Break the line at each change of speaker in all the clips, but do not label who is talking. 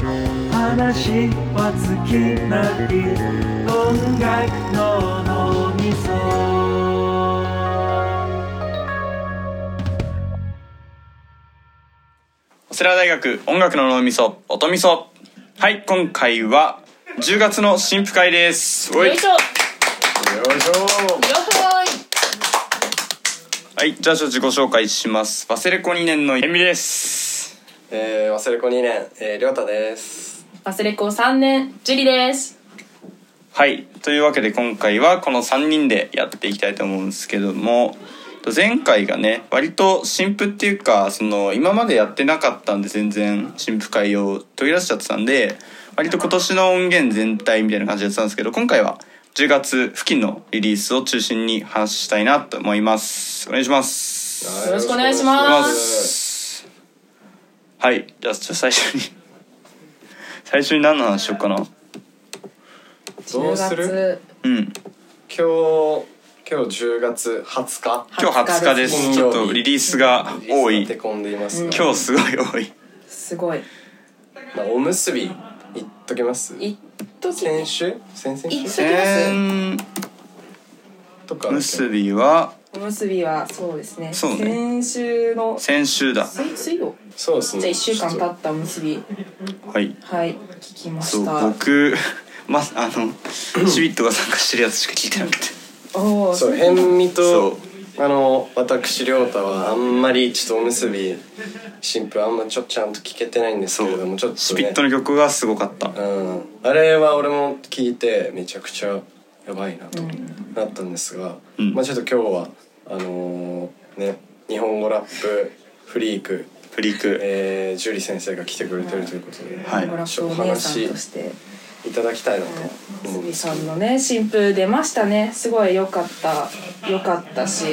話は尽きない音楽の脳みそ
早稲田大学音楽の脳みそ音みそはい今回は10月の新婦会ですおい
よいしょよ
はいじゃあちょっと自己紹介しますバセレコ2年のえみです
えー、忘れ子2年、えー、りょうたです。
ほい忘れ子3年樹里です
はいというわけで今回はこの3人でやっていきたいと思うんですけども前回がね割と新婦っていうかその今までやってなかったんで全然新婦会を取り出しちゃってたんで割と今年の音源全体みたいな感じでやってたんですけど今回は10月付近のリリースを中心に話したいなと思いますお願いします
よろしくお願いします
はいじゃあちょっと最初に最初に何の話しようかな
どうする
うん
今日、今日10月20日。
今日20日です
金
ちょ
曜
っ
日
とリリースが多い
立て込んでいますが。
今日すごい多い
すごい
まあ、おむすび、言っときます。
いっとき
先週先々
いっとき
週
ます
千
とか。
結びは
おむすびはそうですね
そうね
先週の
先週だ
水水曜
そうですね。
じゃあ1週間経ったおむすび
はい
はい聞きま
そ
し
う
た
僕まあ のシビットが参加してるやつしか聞いてなくて
おお
そう、辺見
そ
と、あの、私、りょうたはあんまりちょっとおむすび、新婦あんまちょっとちゃんと聞けてないんです
そ
けれども、
う
ちょっと、ね。
シビットの曲がすごかった
うん、あれは俺も聞いてめちゃくちゃやばいなとなったんですが、
うん
まあちょっと今日はあのーね日本語ラップフリーク、
フリーク
えー、ジュリ先生が来てくれてるということで、
はい
ラップお姉さんとして
い、ただきたいなと
お
思
むす
うんで
び
すけ
さ
ど
んのね新譜出ましたねすごい良かった良かったし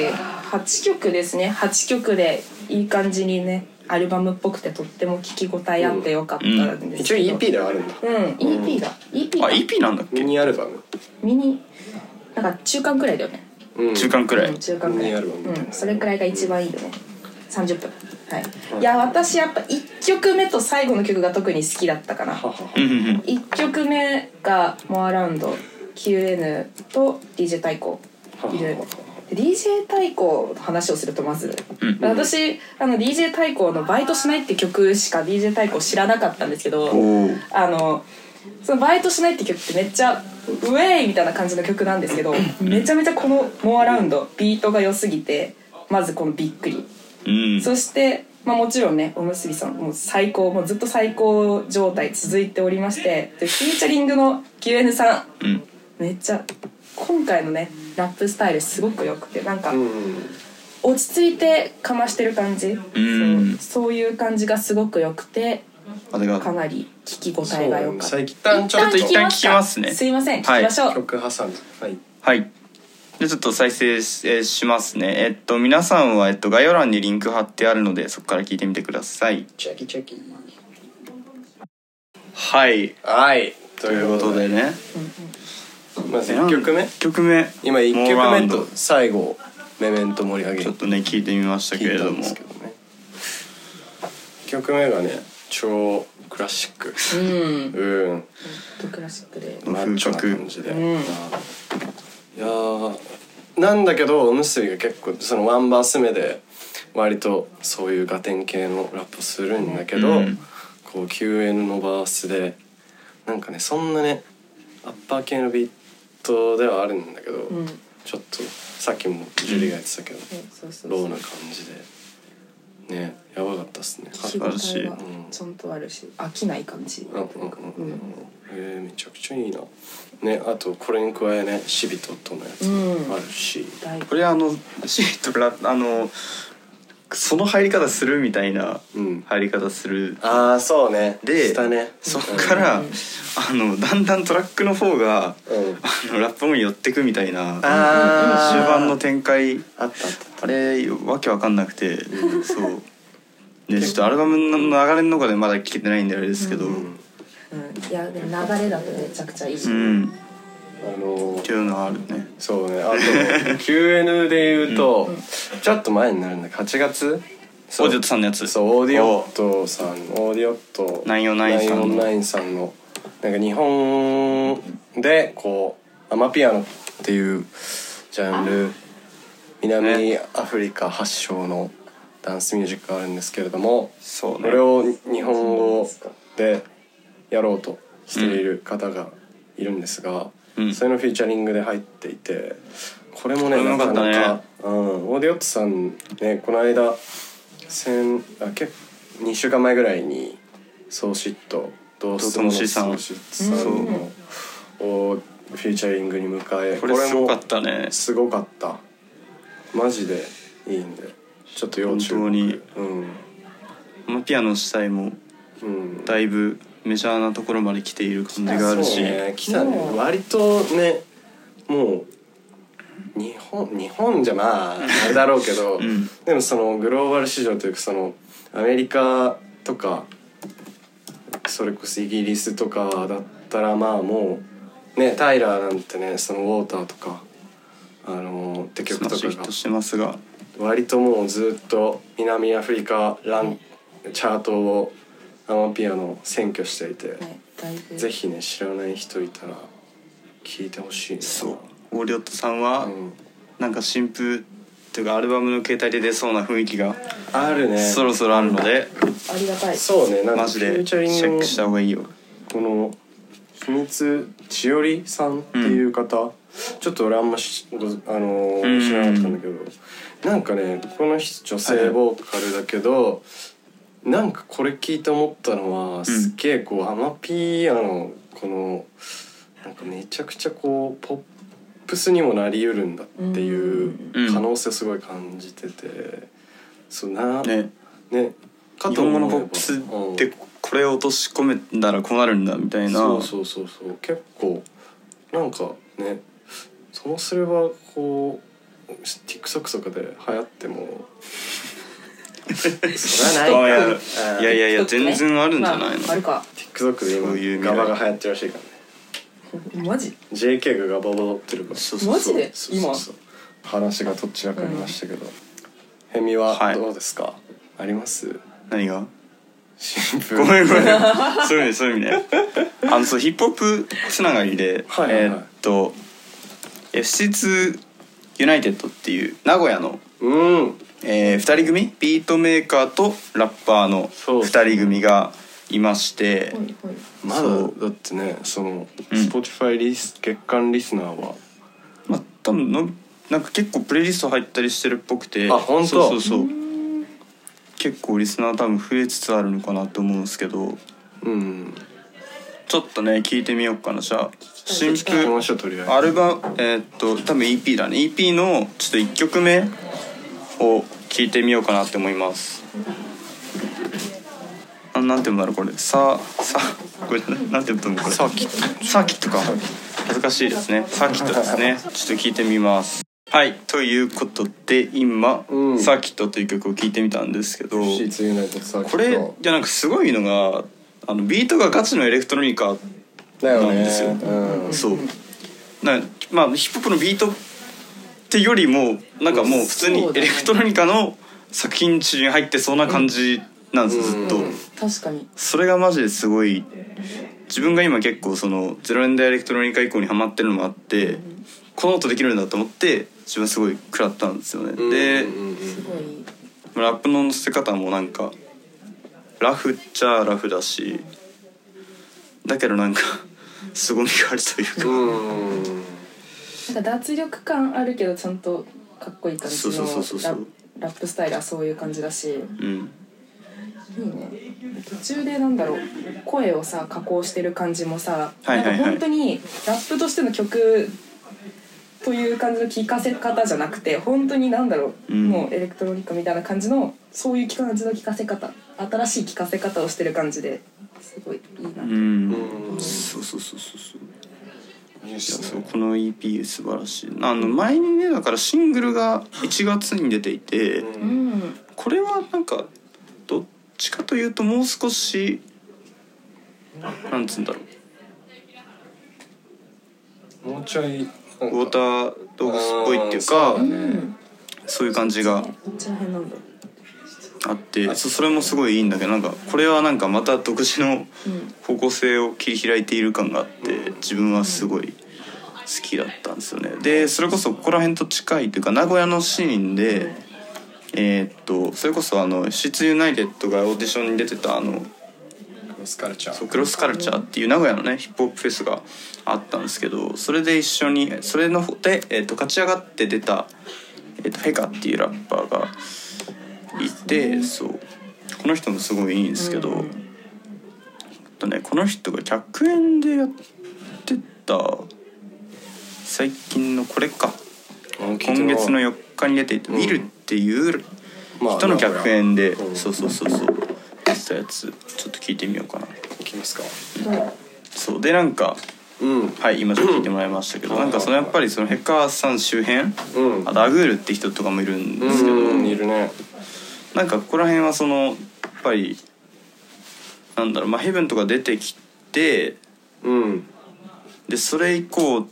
8曲ですね8曲でいい感じにねアルバムっぽくてとっても聞き応えあって良かったんです
一応
けど、
EP ではあるんだ
うん EP だ EP
あ
だ
EP なんだっ
ミ
け
ニアルバム、
ミニなんか中間くらいだよね
うん、
中間くらい
うん中間くら
ミ
い
ニアルバムみたいな
うん、それくらいが一番いいよね30分はい、いや私やっぱ1曲目と最後の曲が特に好きだったかな
ははは
うんうんうん
1曲目が「モアラウンド QN」と DJ 太鼓いろいろで DJ 太鼓の話をするとまず、
うん
私あの DJ 太鼓の「バイトしない」って曲しか DJ 太鼓知らなかったんですけど
おお
あのその「バイトしない」って曲ってめっちゃ「ウェイ!」みたいな感じの曲なんですけどめちゃめちゃこの「モアラウンド」ビートが良すぎてまずこのびっくり
うん
そして、まあ、もちろんねおむすびさんもう最高もうずっと最高状態続いておりましてでフィーチャリングの QN さん
うん
めっちゃ今回のねラップスタイルすごくよくてなんか
うん
落ち着いてかましてる感じ、
ん
そうそういう感じがすごくよくて
あれが
かなり聞き応
そう
えが
だ
よ
ね
かった。
最近ちょっと
一旦聞きますね
すいません、
はい
聞きましょう。
曲挟んではい
はい。でちょっと再生し,、えーしますね。えっと皆さんはえっと概要欄にリンク貼ってあるのでそこから聞いてみてください。
チェキチェキ
はい。
はい
ということでね。
まず1曲目
一曲目。
今1
モーラウ
曲
ン
目
ド
と最後メメント盛り上げ
ちょっとね聞いてみましたけ
聞
れ
いた
ど
ん
も。
ですけどね1曲目がね超クラシック
うん、
うん
ドクラシックで。
マッチョな感じで、
うん
いやーなんだけどおむすびが結構そのワンバース目で割とそういうガテン系のラップするんだけど、
うん
こう QN のバースでなんかねそんなねアッパー系のビートではあるんだけど、
うん、
ちょっとさっきもジュリが言ってたけど、
そうそうそう。
ローな感じでねやばかったっすね
聞き
晴らしい
応えがちゃんとあるし、飽きない感じ。
うんうんうんえーめちゃくちゃいいなねあとこれに加えねシビトとのやつもあるし、
だい
これあのシートからあのその入り方するみたいな
うん
入り方する。
ああそうね
で
したね
そっから、あのだんだんトラックの方が、
う
あ
ん
のラップも寄ってくみたいな
あー
終盤の展開
あったあった
あれわけわかんなくて、そうねちょっとアルバムの流れの中でまだ聴けてないんであれですけど、うん
うん、いや、でも流れだとめちゃくちゃいい。
あの
っ
ー
ていうのはあるね
そうねあと QN で言うと、ちょっと前になるんだけど8月そう
オーディオットさんのやつ
そうオーディオットさんオーディオット
949さんの
949さんのなんか日本でこうアマピアノっていうジャンル南アフリカ発祥のダンスミュージックがあるんですけれども
そう
こ
ね
れを日本語でやろうとしている方がいるんですが、
うん
それのフィーチャリングで入っていてこれもね
これもよ
な
か
か
ったね
なか、うん、オーディオットさんねこの間先あけ2週間前ぐらいにソーシットどう
ともしさん
ソーシットさんのをフィーチャリングに迎え
これすごかっ
こ
たね
れもすごかったマジでいいんでちょっと要注目
本当に
うん
アマピアノ主体も
うん、
だいぶメジャーなところまで来ている感じがある
そ
し、
うね来たね
もう
割とねもう日本日本じゃまああれだろうけど、
ん
でもそのグローバル市場というかそのアメリカとかそれこそイギリスとかだったらまあもうねタイラーなんてねそのウォーターとかあのって曲
スマ
と
ッ
か
シュヒ
が
ットしてますが
割ともうずっと南アフリカランチャートをアマピアノ占拠していて。
ねだいぶ
ぜひね知らない人いたら聞いてほしいな
そうオーリオットさんは、
うん
なんか新風っていうかアルバムの携帯で出そうな雰囲気が
あるね
そろそろあるので、
ありがたい
そうねなんか
マ
フ
ジ
ュ
で
ー
チ
チャ
ェ
リン
ッ
グ
クした
の
方がいいよ
この秘密千織さんっていう方、ちょっと俺あんましごあのー
うん
知らなかったんだけど、なんかねこの人女
はいはい
性ボーカルだけど、なんかこれ聞いて思ったのは、すっげえこうアマピアノこのなんかめちゃくちゃこうポップスにもなりうるんだっていう
うん
可能性をすごい感じてて、そうなね
ね日
と
本
思
語
えば
のポップスってこれを落とし込めたらこうなるんだみたいな
そうそうそうそう結構なんかねそうすればこう TikTok とかで流行っ てもそれは
あい
ない
や
か
いやいやいや
TikTok ね
全然あるんじゃないの、
まあ、あるか
TikTok で
そういう未
今ガ
来
バが流行ってるらしいからね
マジ
JK がガバ踊ってるから
そうそう
マ
そう
ジで
そうそ
今
うそう話がどっちらかありましたけど、ヘミは
はい
どうですか、あります
何が
新聞
ごめんごめんそういう意味ねそういう意味 ねあのそうヒップホップつながりで、
はいはいはい
えーっと FC2 ユナイテッドっていう名古屋の
うん
えー、2人組ビートメーカーとラッパーの
そう
2人組がいまして
ほいほい
まだ
そう
だってねその、
うん
Spotify リス月間リスナーは
まあ多分のなんか結構プレイリスト入ったりしてるっぽくて
あ本当
そうそうそう結構リスナー多分増えつつあるのかなと思うんですけど
うん
ちょっとね聞いてみようかなじゃあ新
聞きま
婦
しょうとりあえず
アルバムえーっと多分 EP だね EP のちょっと1曲目を聞いてみようかなって思いますあなんて読むんだろうこれささこれなんて読むんだろうこれ
サーキット
サーキットか恥ずかしいですねサーキットです ねちょっと聞いてみますはいということで今、
うん
サーキットという曲を聞いてみたんですけど
FC2 ユナイテッドサーキット
これじゃなんかすごいのがあのビートがガチのエレクトロニカ
だよね
なんですよ
うん、
そうなまあヒップホップのビートってよりもなんかもう普通に
そう
エ
だね
レクトロニカの作品中に入ってそうな感じなんです、ずっと。
うん
確かに
それがマジですごい自分が今結構その0円台エレクトロニカ以降にハマってるのもあって、この音できるんだと思って自分はすごい食らったんですよね、で
うんうんうん
すごい
ラップの乗せ方もなんかラフっちゃラフだしだけどなんか凄みがあるというか、
うん
なんか脱力感あるけどちゃんとかっこいい感じの
そうそうそうそうそう
ララップスタイルはそういう感じだし
うん、
いいね途中でなんだろう声をさ加工してる感じもさ、
はいはいはい
なんか本当にラップとしての曲という感じの聴かせ方じゃなくて本当になんだろう、
うん
もうエレクトロニックみたいな感じのそういう感じの聴かせ方新しい聴かせ方をしてる感じですごいいいな、
うん
うん
そうそうそうそうそうい
いいっ
や
す
そう
ね
この EP 素晴らしいあの前にねだからシングルが1月に出ていて、
う
うんん、
これはなんかどっちかというともう少しなんつうんだろ
もうちょいなん
う
か
ウォータードッグスっぽいっていう
あーそ
か
うだ
うん、
そういう感じが
ねこっちら辺なんだ
あってそそれもすごいいいんだけどなんかこれはなんかまた独自の
うん
方向性を切り開いている感があって自分はすごい好きだったんですよね。でそれこそここら辺と近いというか名古屋のシーンで、えーっとそれこそあのシーツユナイテッドがオーディションに出てたあの
ロスカルチャ
そう
ー
クロスカルチャーっていう名古屋のねヒップホップフェスがあったんですけどそれで一緒にそれの方で、えっと勝ち上がって出た、えっとフェカっていうラッパーがいてそうこの人もすごいいいんですけど、
う
えっとね、この人が100円でやってた最近のこれか
今
今月の4日に出ていた「ウィル」っていう
まあ
人の100円で、
うん
そうそうそうそう出てたやつちょっと聞いてみようかな。
いきますか
そうでなんか
うん
はい今ちょっと聞いてもらいましたけど
うん
なんかそのやっぱりそのヘッカーさん周辺
うん
あとアグールって人とかもいるんですけど
うんいるね
なんかここら辺はそのやっぱりなんだろうまあヘブンとか出てきて
うん
でそれ以降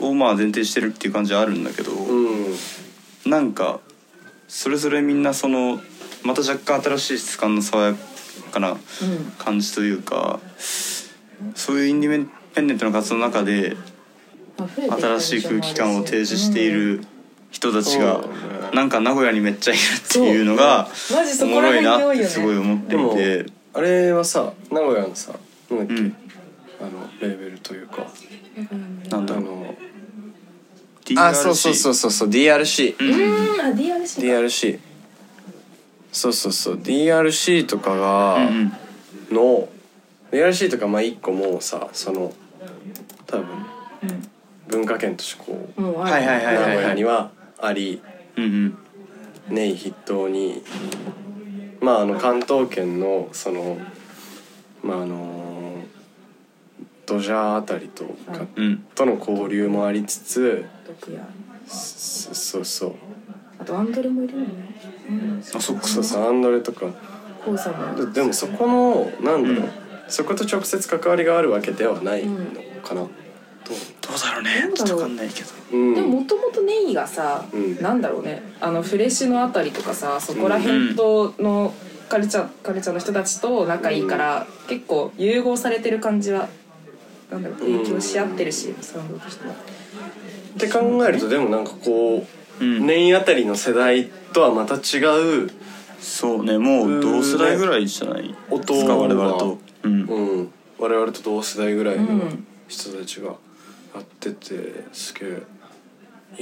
をまあ前提してるっていう感じはあるんだけど
うん
なんかそれぞれみんなそのまた若干新しい質感の爽やかな
うん
感じというかそういうインディペンデントの活動の中で
溢れてる
新しい空気感を提示している人たちが
うん
なんか名古屋にめっちゃいるっていうのが
そうマジ
お
そ
も
こら
ろい
辺
な
に多
っ
いよ
て
ね
すごい思って
でも
いて
あれはさ名古屋のさなんだ
う
っけ、
ん
あのレーベルというか
なん
あ
だろう
の
DRC
あそうそうそうそうそう DRC、
うん
うんあ DRC か
DRC そうそうそう DRC とかが
うんうん
の、DRC とかまあ一個もうさその多分文化圏としてこう
もう
はいはいは
名
いはい
古
は
屋
い
にはあり
うんうん
ネイ筆頭にまああの関東圏のそのまああのドジャーあたりとか
うん
との交流もありつつ
毒や
そそうそう
あとアンドレもいるよねうん
あそっか
そうそうアンドレとか
コウさんも
ででもそこのなんだろう、そこと直接関わりがあるわけではないのかな、
どうだろうねちょっとわかんないけど
うん
でももともとネイがさ、
うん
なんだろうねあのフレッシュのあたりとかさそこら辺とのカルチャーカルチャーの人たちと仲いいから、結構融合されてる感じはなんだろう影響し合ってるし、サウンドとしても
って考えるとでもなんか
う
こう、
ん
年あたりの世代とはまた違う
そうねもう同世代ぐらいじゃない
音
ですか我々とうん
うん、我々と同世代ぐらいの
うん
人たちがやっててすげえ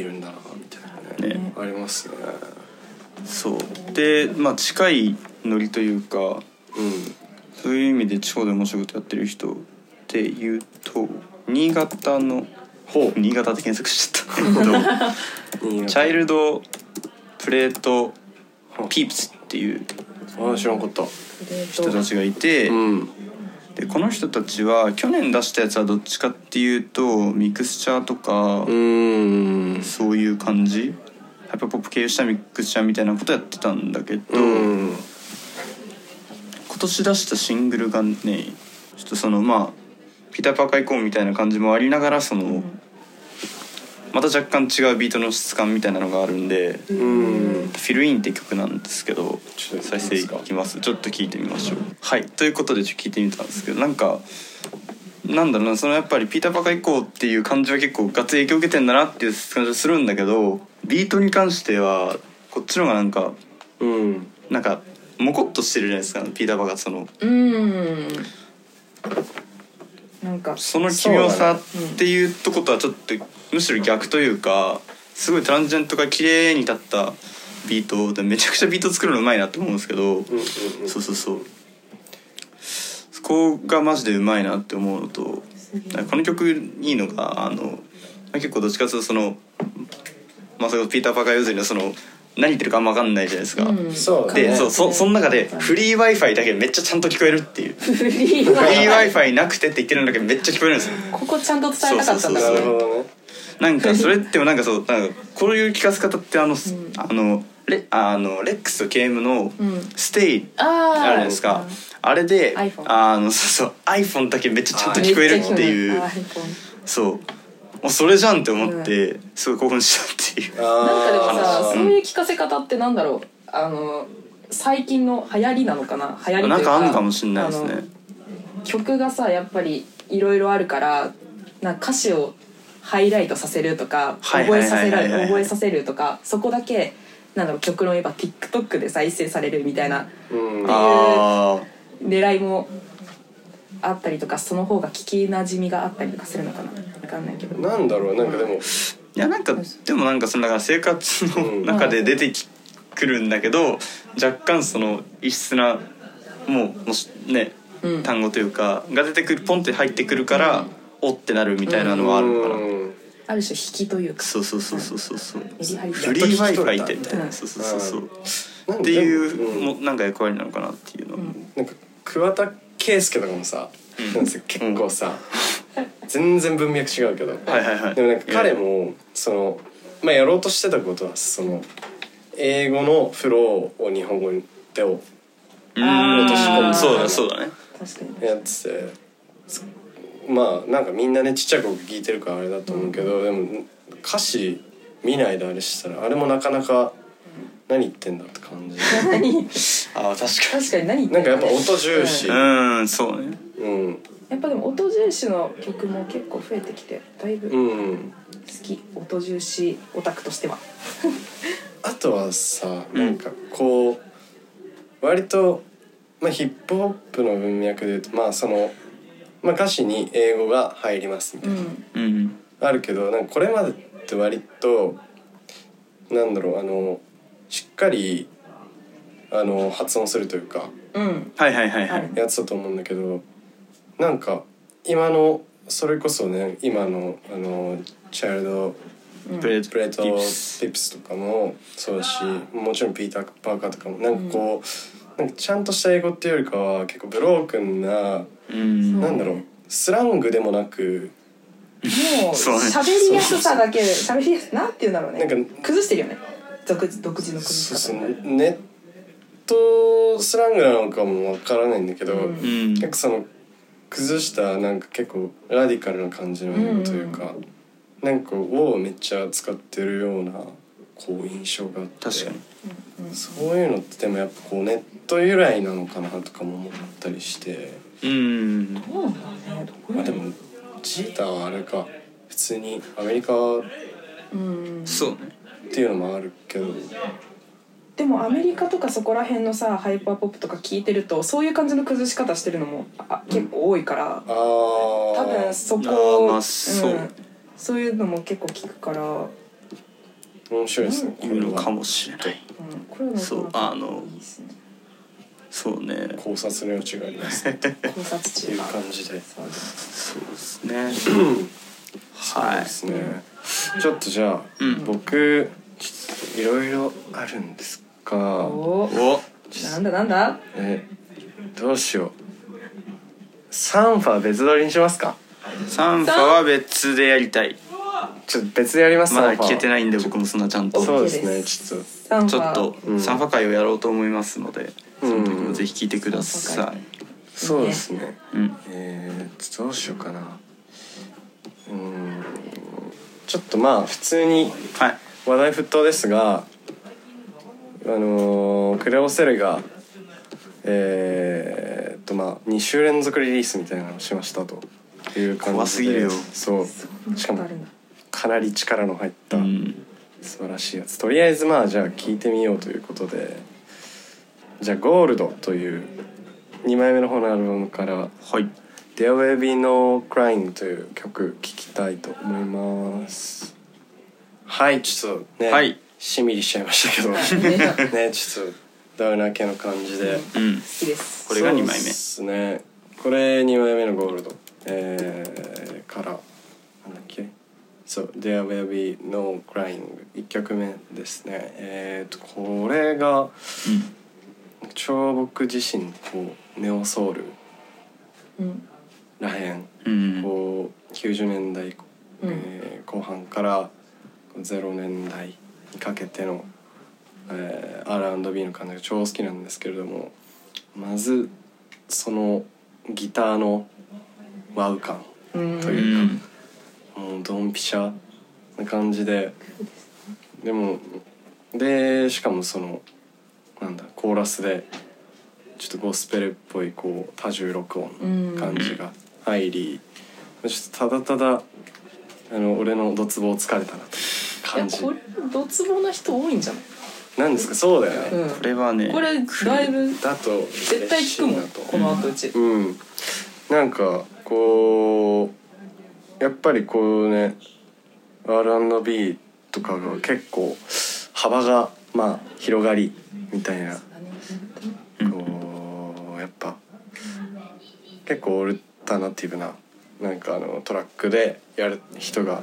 いるんだなみたいなね
ね
ありますね
そうでまあ近いノリというか
う
そういう意味で地方で面白いことやってる人っていうと新潟の
ほう
新潟って検索しちゃったんだ
んいい
け
な
どチャイルドプレートピープスっていう
あ知らんかった
プレート
人たちがいて、
うん
でこの人たちは去年出したやつはどっちかっていうとミクスチャーとか、
うん
そういう感じハイパーポップ経由したミクスチャーみたいなことやってたんだけど、
うん
今年出したシングルがねちょっとそのまあピーター・パーカー行こうみたいな感じもありながらその、また若干違うビートの質感みたいなのがあるんで「
うん
フィルイン」って曲なんですけど
ちょっと
再生いきますちょっと聞いてみましょう。はいということでちょっと聞いてみたんですけどなんかなんだろうなそのやっぱり「ピーター・パーカー行こう」っていう感じは結構ガッツリ影響受けてんだなっていう感じはするんだけどビートに関してはこっちの方がなんか
うん
なんかモコっとしてるじゃないですかピーター・パーカーその。
うんなんか
その奇妙さ
そうだね
っていうとことはちょっとむしろ逆というかすごいトランジェントが綺麗に立ったビートでめちゃくちゃビート作るのうまいなって思うんですけど、
うんうん
そうそうそうそこがマジでうまいなって思うのとこの曲いいのがあの結構どっちかというとそのまあそれこそピーター・パーカー要するにその何言ってるかあんま分かんないじゃないですか。
うん
そうだね
でそうそその中でフリー w i f i だけめっちゃちゃんと聞こえるっていうフリー w i f i なくてって言ってるんだけどめっちゃ聞こえるんですよ
ここちゃんと伝えたかったんだ
な
ろう
る
ね
ほどね
なん かそれってもなんかそうなんかこういう聞かせ方ってあの、あのレあのレックスと KM の
うん
ステイあ
あー
るじゃないですか、あれで
iPhone
あのそうそう iPhone だけめっちゃちゃんと聞こえるってい
め
う
っちゃ聞こえる
そうもうそれじゃんって思って、すごい興奮したっていう
なんかでもさ
あー
そういう聞かせ方ってなんだろうあの最近の流行りなのかな流行りと
ないん
う
かあるのかもしれないですね
あの曲がさやっぱりいろいろあるからなんか歌詞をハイライトさせるとか
はいはいは
覚え
い
させら
はいはい
覚えさせるとかそこだけなんだろう極論言えば TikTok で再生されるみたいな
うん
あ
あ狙いもあったりとかその方が聞きなじみがあったりとかするのかな分かんないけど
なんだろうなんかでも
ーいやなんかでもなんかそのだから生活の中で出てきくるんだけど若干その異質なもうもしね
うん
単語というかが出てくるポンって入ってくるからおってなるみたいなのはあるのかな
うん
ある種引きというか
そうそうそうそうそうそう
メリハリ
フリー Wi-Fi でみたいなそうそうそうそう
なんか
っていう
で
もなんか役割なのかなっていうのも
なんか桑田佳祐とかもさ、
ん
なんですよ結構さ、全然文脈違うけど、
はいはいはい
でもなんか彼もその、まあ、やろうとしてたことはその英語のフローを日本語でを
う
あー
ん
落とし込む
そうだそうだね
確かに
やっててそまあなんかみんなねちっちゃい子聞いてるからあれだと思うけど、でも歌詞見ないであれしたらあれもなかなか何言ってんだって感じ
あー
確かに何言
なん
ん
か
だ
や
ろ
っ
うね
ぱ音重視
確、かにうんそうね
うん
やっぱでも音重視の曲も結構増えてきてだいぶ
う
好
ん
き、音重視オタクとしては
あとはさ
ん
なんかこう、割と、まあ、ヒップホップの文脈で言うとまあその、まあ、歌詞に英語が入りますみたいな、
ん
うん
あるけどなんかこれまでって割となんだろうあのしっかりあの発音するというか
うん
はいはいはいは
はいい
やってたと思うんだけどなんか今のそれこそね今のあのチャイルド
うん
プレート
プレー
ピ
ト・ピ
ップス
ップスとかもそうだしもちろんピーター・パーカーとかもなんかこう、なんかちゃんとした英語っていうよりかは結構ブロークンな、
うん
なんだろうスラングでもなく
もう
そうね
喋りやすさだけで喋りやすなんて言うんだろうね
なんか
崩してるよね独自独自の崩
そう
し
そ
方
う
みたいな
ネットスラングなのかもわからないんだけど、
うん
うん
結構その崩したなんか結構ラディカルな感じの英語というか、なんか「を」めっちゃ使ってるようなこう印象があって
確かに
そういうのってでもやっぱこうネット由来なのかなとかも思ったりして
うん
そうだねどこに
まあでもジーターはあれか普通にアメリカっ
うん
そうね
ていうのもあるけど
でもアメリカとかそこら辺のさハイパーポップとか聞いてるとそういう感じの崩し方してるのもあ結構多いから
ああ
多分そ
あー
こ
まあそう
そういうのも結構聞くから、うん、
面白いですね
いうのかもしれない
これはなかなか
そうあの
いいっすね
そうね
考察の余地がありますね
考察
っ
中
ていう
が
感じで。
そうです
そうですね
そう
は
ですね。ちょっとじゃあ、
うん
僕ちょっといろいろあるんですが、
お
いお
なんだなんだ
えどうしよう。サンファ別撮りにしますか。
サンファは別でやりたい
ちょっと別でやります。
まだ聞けて
い。
ないんで僕もそんなちゃんとち
そ
ょ
OK
うで
ですす
ね。ちょ
サ
っ
ンファ
っと
うん
サンファ会をやろうと思いますのでそ
と。
の時もぜひ聞いてくださ
うんそうですね。
いうん
えー、どうしようかな。うーん。ちょっとまあ普通に
はい
話題沸騰ですがあのークレオセルがえーっとまあ2週連続リリースみたいなのをしましたという感じで
怖すぎるよ
そうしか
あ
も
るんだ
かなり力の入った
うん
素晴らしいやつとりあえずまあじゃあ聞いてみようということでじゃあ「ゴールド」という2枚目の方のアルバムから
はい
「There Will Be No Crying」という曲聴きたいと思いますはいちょっとね、
はい
しんみりしちゃいましたけど
ね
ねちょっとダウナー系の感じで
うん
好きです
これが二枚目
そうですねこれ2枚目のゴールド、えーからなんだっけそう「There Will Be No Crying」1曲目ですねえー、とこれがちょうど僕自身こうネオソウル
うん
らへん
うんうん
こう90年代、
うん
えー後半から0年代にかけての、えー、R&B の感じが超好きなんですけれどもまずそのギターのワウ感
うん
と
う
いうんかもうドンピシャな感じででもでしかもそのなんだコーラスでちょっとゴスペルっぽいこう多重録音の感じが入り、ちょっとただただあの俺のドツボを疲れたなという
いや
感じ
これドツボな人多いんじゃない、
なんですかそうだよね、
うん、
これはね
これだいぶ
だと
絶対聞くもん
嬉しいなと
この後うち、
うん、なんかこうやっぱりこうね R&B とかが結構幅がまあ広がりみたいなこうやっぱ結構オルタナティブななんかあのトラックでやる人が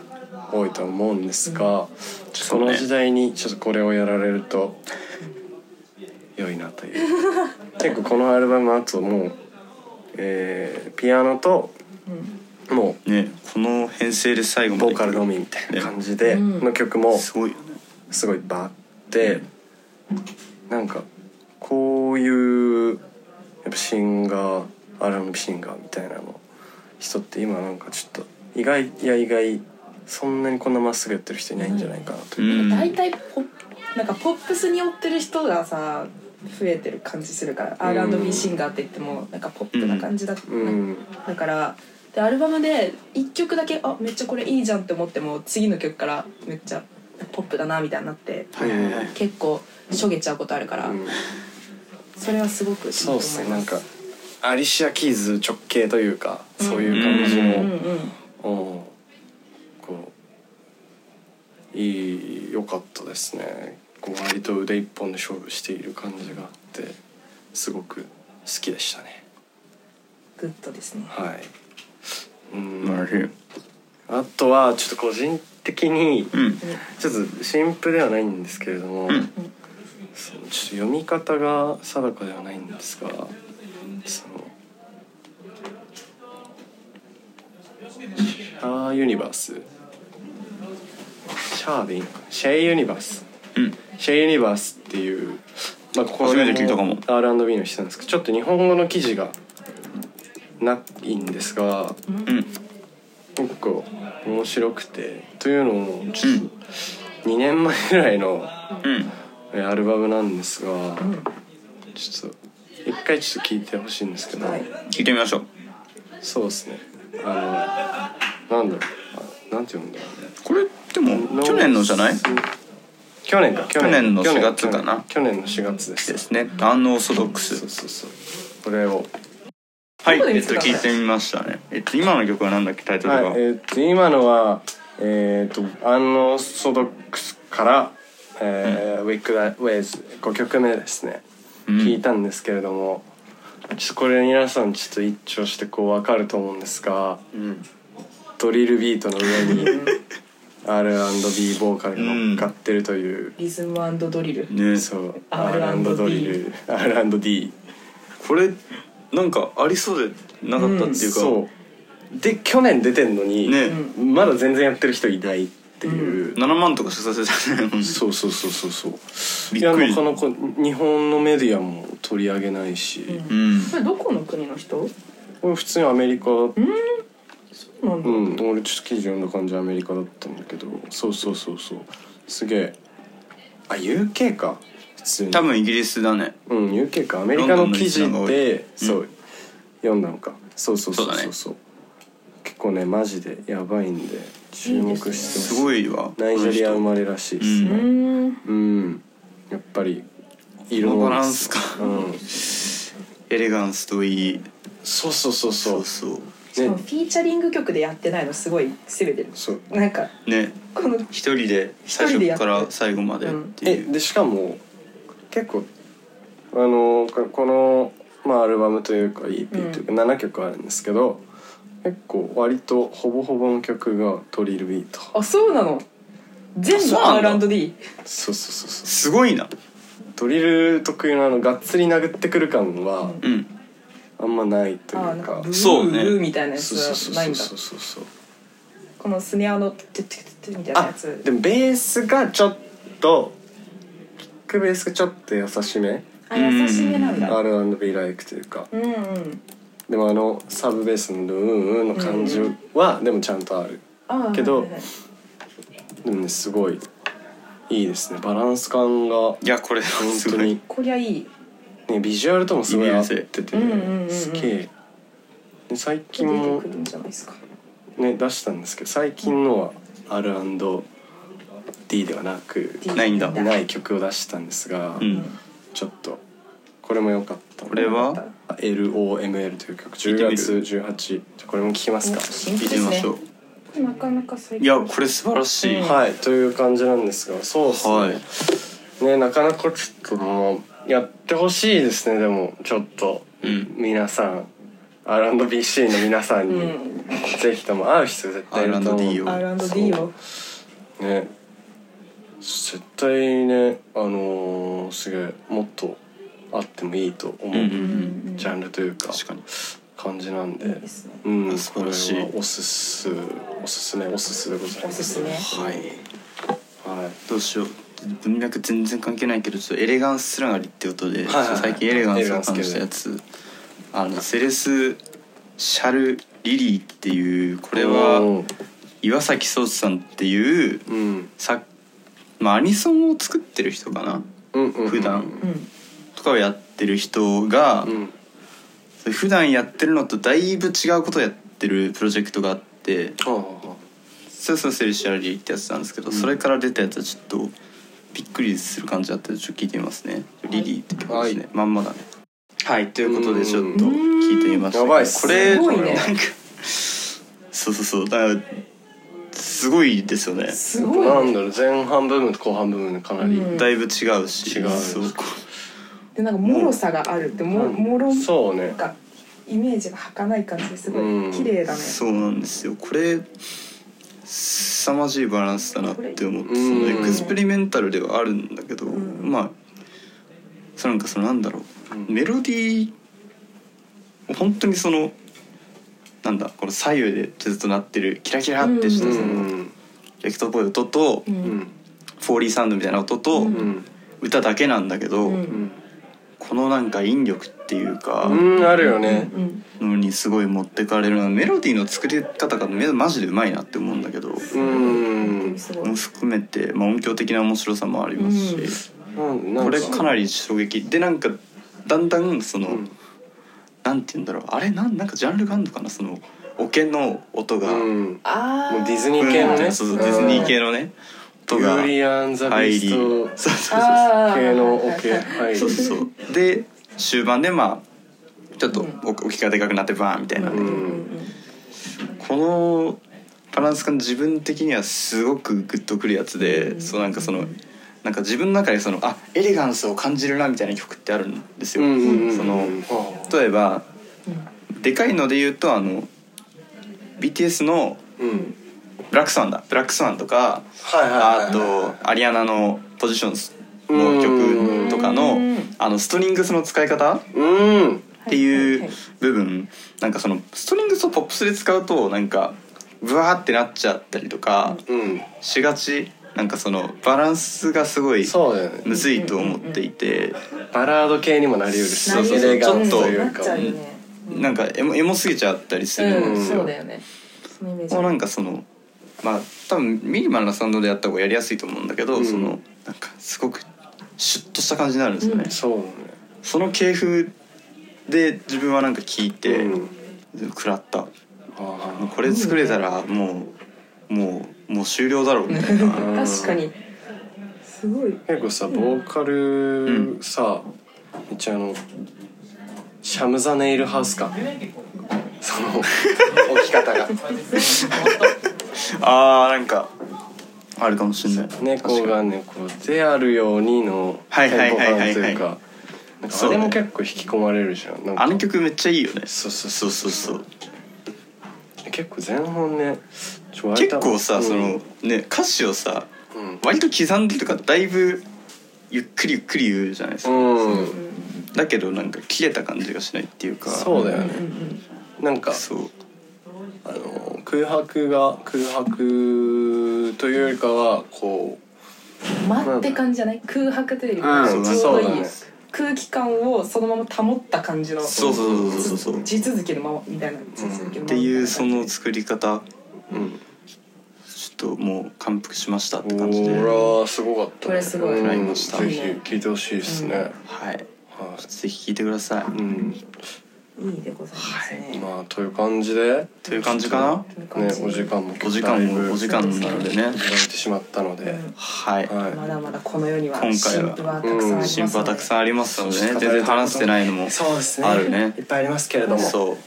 多いと思うんですが、そ
そうね
の時代にちょっとこれをやられると良いなという結構このアルバムあともう、えーピアノとも
ねこの編成で最後
う
ま
ボ
で
ーカルのみみたいな感じでの曲も
すごいよね
すごいバーってなんかこういうやっぱシンガー R&B シンガーみたいなの人って今なんかちょっと意外いや意外そんなにこんなまっすぐやってる人いないんじゃないかなと
う
いう、
ん
大体ポッなんかポップスに寄ってる人がさ増えてる感じするから、
うん
R&B シンガーって言ってもなんかポップな感じだった、
うん
だからでアルバムで1曲だけあめっちゃこれいいじゃんって思っても次の曲からめっちゃポップだなみたいになって
はいはいはい
結構しょげちゃうことあるから、
うん
それはすごくいいと
そう
思
っ
いますす
ねなんかアリシア・キーズ直系というかそういう感じ
うんう
の、
ん
うんこういい良かったですねこう割と腕一本で勝負している感じがあってすごく好きでしたね
グッドですね
はいうん
なる
あとはちょっと個人的に
ほどうん
ちょっと新譜ではないんですけれども、
ん
そのちょっと読み方が定かではないんですがそのシャーユニバースシャーでいいのかなシェイユニバース
うん
シェイユニバースっていう、まあ、こ
初
れ
めて聞いたかも
も R&B の人なんですけどちょっと日本語の記事がないんですが
うん
結構面白くてというのもちょっと2年前ぐらいの
うん
えアルバムなんですが、
ん
ちょっと一回ちょっと聞いてほしいんですけど、
はい
聞いてみましょう
そうですねあのなんだろうあなんて読むんだろうね
これでも去年のじゃない
去年か去
去年の4月かな
去年の4月です
ですねアンオーソドック
そ
ス
うそうそうこれを
はい
どこ
え
で見
っ
つ
と
けたの
聞いてみましたねえっと今の曲はなんだっけタイトル
はい
が、
えーっと今のはえーっとアンノーソドックスから、えーウィック・ダ・ウェイズ5曲目ですね、
うん
聞いたんですけれどもちょっとこれ皆さんちょっと一聴してこう分かると思うんですが
うん
ドリルビートの上 に R&B ボーカルが乗っかってるという、
リズムドリル
ね
そう
R&B
R&D ドリル R&D
これなんかありそうでなかったっていうか、
そうで去年出てんのに、
ね
まだ全然やってる人いないっていう、
7万とかさせた ね
そうそうそうそうそう
び
い
っ
や
くり
なかなか日本のメディアも取り上げないし、
ん
うん
これどこの国の人
これ普通にアメリカう
なんだ、
ん俺ちょっと記事読んだ感じアメリカだったんだけどそうそうそうそうすげえあ UK か普通に
多分イギリスだね
うん UK かアメリカの記事
ロンドンの
で
一覧が
そう
多い、
読んだのかそうそうそう
そうだ
そ
ね
うそう、結構ねマジでやばいんで注目してほしい
すごいわ
ナイジェリア生
この人
まれらしいです
う
ね
ーん
うん、やっぱり色
こ
の
のバランスか
うん、
エレガンスといい
そうそうそうそ
そううそう
しかも
ね
フィーチャリング曲でやってないのすごい攻めてる
そう
なんか
ね
この
一人で最
一人でや
初
って
から最後までって
え
いう、
でしかも結構あのここの、まあ、アルバムというか EP というか7曲あるんですけど、結構割とほぼほぼの曲がドリルビート
あそうなの全
あそう
部
なんだ
R&D
そうそうそうそう
すごいな
ドリル特有のあのがっつり殴ってくる感は
うん
あんまないとい
あーな
うん
か
か
ブ。ー
そうね
ブーみたいなやつ
そうそう
はない
そ
ん
う
だ
そうそうそう。
このスネアのテッテッテッテみたいな
あ
やつ、
でもベースがちょっとキックベースがちょっと優しめ、
あ優しめなんだ
R&B ライクというか。
うんうん
でもあのサブベースのうんうんの感じはでもちゃんとある。
あー
け
は
ど
いはいはい
でもねすごいいいですねバランス感が本
いやこれす
当
ごい
に、
こりゃいい
ね、ビジュアルともすごい合ってて、
うんうんうんうん
すげえで最
出て
近も
くるんじゃないですか
ね出したんですけど最近のは R&D ではなく
D
ないんだ
ない曲を出したんですが、
うん
ちょっとこれも良かった
これは
LOML という曲
いてみ
10
る
月18じゃあこれも聴きますか
お新
聞い
譜
てみ
です
ま
ね
しょう
なかなか最
いやこれ素晴らしい、
うん
はいという感じなんですがそうですね,、
はい
ねなかなかちょっともうやってほしいですねでもちょっと、
うん
皆さん R&BC の皆さんに、
うん
ぜひとも会う人絶対いると思う
R&D を
R&D を
ね絶対ねあのーすげえもっとあってもいいと思う、
うんうん
うん
ジャンルというか
確かに
感じなんで
いいですね
うん、
素晴らしい
これはおすすおすすめおすすめでございます
おすすめ
はいはい
どうしよう文脈全然関係ないけどちょっとエレガンスつながりってことで、
はいはいはい
最近エレガンスを感じたやつあのセレス・シャル・リリーっていうこ
こ
れは岩崎聡さんっていう
うん
さ、まあ、アニソンを作ってる人かな
うんうん
普段
うん
とかをやってる人が、
うん
それ普段やってるのとだいぶ違うことをやってるプロジェクトがあって
ああ
それそれセレス・シャル・リリーってやつなんですけど、それから出たやつはちょっとびっくりする感じだったのでちょっと聞いてみますね「リリー」って曲ですね、
はい
まんまだねはいということ
う
で
ん
ちょっと聞いてみました
やばいっす
これ
すごい
な
ね
んかそうそうそうだからすごいですよね
すご
ないん
ね
だろう前半部分と後半部分でかなり、
うん
だいぶ違うし
違う
そう
でなんかもろさがあるってももろ
そう
な
ね
んかイメージが儚い感じですご
うん
い綺麗だね
そうなんですよこれ凄まじいバランスだなって思っ
こ
て
れ
その
うん
エクスペリメンタルではあるんだけど、
ん
まあそのなんかそのなんだろう、
うん
メロディー本当にそのなんだこの左右でずっと鳴ってるキラキラってした
う
その
ん
エクトっぽい音と、
う
うんん
フォーリーサウンドみたいな音と、
うんん
歌だけなんだけど、
うん
このなんか引力っていうか、
うんあるよね
うん
のにすごい持ってかれるなメロディーの作り方がめマジでうまいなって思うんだけど。
うん
すごい
も含めて、まあ、音響的な面白さもありますし、
なんなん
これかなり衝撃でなんかだんだんその、
うん
なんて言うんだろうあれなんなんかジャンルがあるのかなその桶の音
う
が、
ん
あー
もうディズニー系のね
そうそうディズニー系のね音が
ユーリアン・ザ・ビ
入
ー
り
ス
そうそう
あー
ト系のオケ入り
そうそうそうで終盤でまあちょっとお置きがでかくなってバーンみたいな、
うんうんうん
このバランス感自分的にはすごくグッとくるやつで、そうなんかそのなんか自分の中でそのあエレガンスを感じるなみたいな曲ってあるんですよ。
うんうんうん
その
は
例えば
うん
でかいので言うとあの BTS の
あうん
ブラックスワンだブラックスワンとか
はいはいはい
あとアリアナのポジションズの曲とか
う
の
ん
あのストリングスの使い方
うん
ってい
は
う
は
部分なんかそのストリングスをポップスで使うとなんかブワーってなっちゃったりとか
うん
しがちなんかそのバランスがすごい
そうだよね
むずいと思っていて
バラード系にもなりうるし
そうそう
エレガンスとい
な
う
っ
か
ちゃうよね
なんかエモエモすぎちゃったりする
うんん
です
そ
よ
う。だよねそのイメージ
もうなんかそのまあ多分ミニマルなサウンドでやった方がやりやすいと思うんだけど、
うん
そのなんかすごくシュッとした感じになるんですよね、
うん
そうだね
その系譜で自分はなんか聞いて、
うん
食らった
あ
これ作れたらもうもうもう終了だろうみたいな
うん
確かにすごい
ー結構さボーカルさめっちゃあのシャムザネイルハウス感その置き 方が
あーなんかあるかもしれない
猫が猫であるようにの
はいはいはいはいはい
テンポ感というかなんか
そ
あ
う
れ
ね
も結構引き込まれるじゃんなんか
あの曲めっちゃいいよね
そうそう
そうそうそう
結構前半ねちょ割
結
と
構さ、
うん
そのね歌詞をさ
うん
割と刻んでとかだいぶゆっくりゆっくり言うじゃないですか、
うん、
だけどなんか切れた感じがしないっていうか
そうだよ
うん
ねなんか
そう
あの空白が空白というよりかはこ
うん待って感じじゃない空白というよりか
うん
ちょうどい
そうだ
い
ね
空気感をそのまま保った感じの
そうそうそうそうそうっ
地続きのままみたいな地続きのままみたな感じ
ていうその作り方
う、うん、
ちともう感服しましたって感じでは
おらすごかった、ね、
これすごい
うん
食らいました
ぜひ聞いてほしいですね、
い
は
ぜひ聞いてください、
い、うん
いいでございますね。
まあという感じで
という感じかな
という感
ね
じで
お時間も
お時間もお時間
な
なのでね
いてしまったので、
はい、
ま
は
だまだこの世には
今回は
新婦はたくさんありますので。
新婦はたくさんありますの
い
でね全然話してないのも
そうですね
あるね
いっぱいありますけれども
そう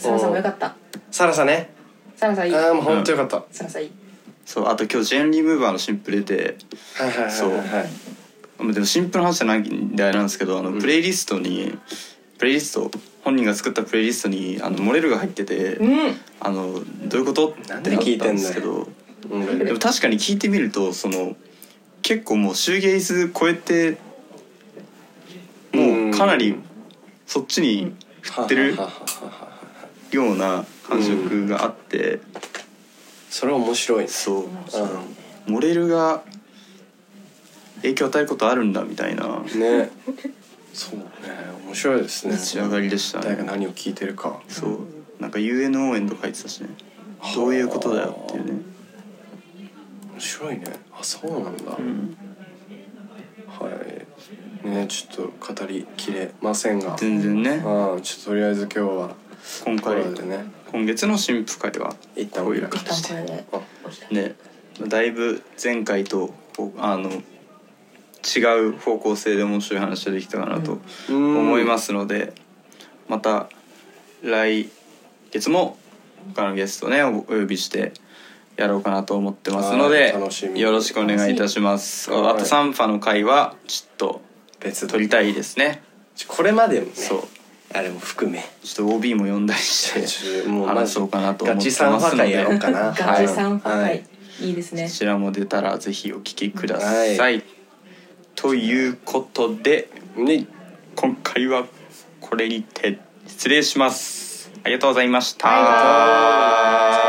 サラさんもよかった。
サラさんね
サラさんいい。
ああもう本当よかった、
サラさんいい。
そうあと今日ジェーンリームーバーの新婦出て
はいはいはいはいはい
まあでも新婦の話じゃないんであれなんですけどあのプレイリストに、プレイリスト本人が作ったプレイリストにあのモレルが入ってて、
うん。
あのどういうことってな
な
っ
ん
た
で聞いて
ん
ん
で
だ
す
よ
けど
うん
でも確かに聞いてみるとその結構もうシューゲイズ超えてもうかなりそっちに振ってる
はははははは
ような感触があって、
それは面白いです、
そう
う、
モレルが影響を与えることあるんだみたいなん
ねそうね面白いですね
仕上がりでした
誰が
ね。
何を聞いてるか
そうなんか UNO エンド書いてたしねどういうことだよっていうね。
面白いねあそうなんだ、
ん
はいねちょっと語りきれませんが
全然ね
ああちょっととりあえず今日は
今
こ
回
れでね
今月の新婦会は
一旦
こういう
一
形
旦
で
これで
あ
お開き。
ねだいぶ前回とこうあの違う方向性で面白い話ができたかなと
うん
思いますので、また来月も他のゲストねおお呼びしてやろうかなと思ってますの
はい
で
楽しみ
よろしくお願いいたします。
はい
あとサンファの会はちょっと
別撮
撮り
り
たいですね。
これまでもね
そう
あれも含め
ちょっと OB も呼んだり して話そうかなと思ってま
ガチサン
す
ファ
の
会
で
やろうかな
ガチさん
はい
はい。いいですね
こ。ちらも出たらぜひお聞きください。
は
ということで
ね
今回はこれにて失礼します。ありがとうございました。
バイバーイ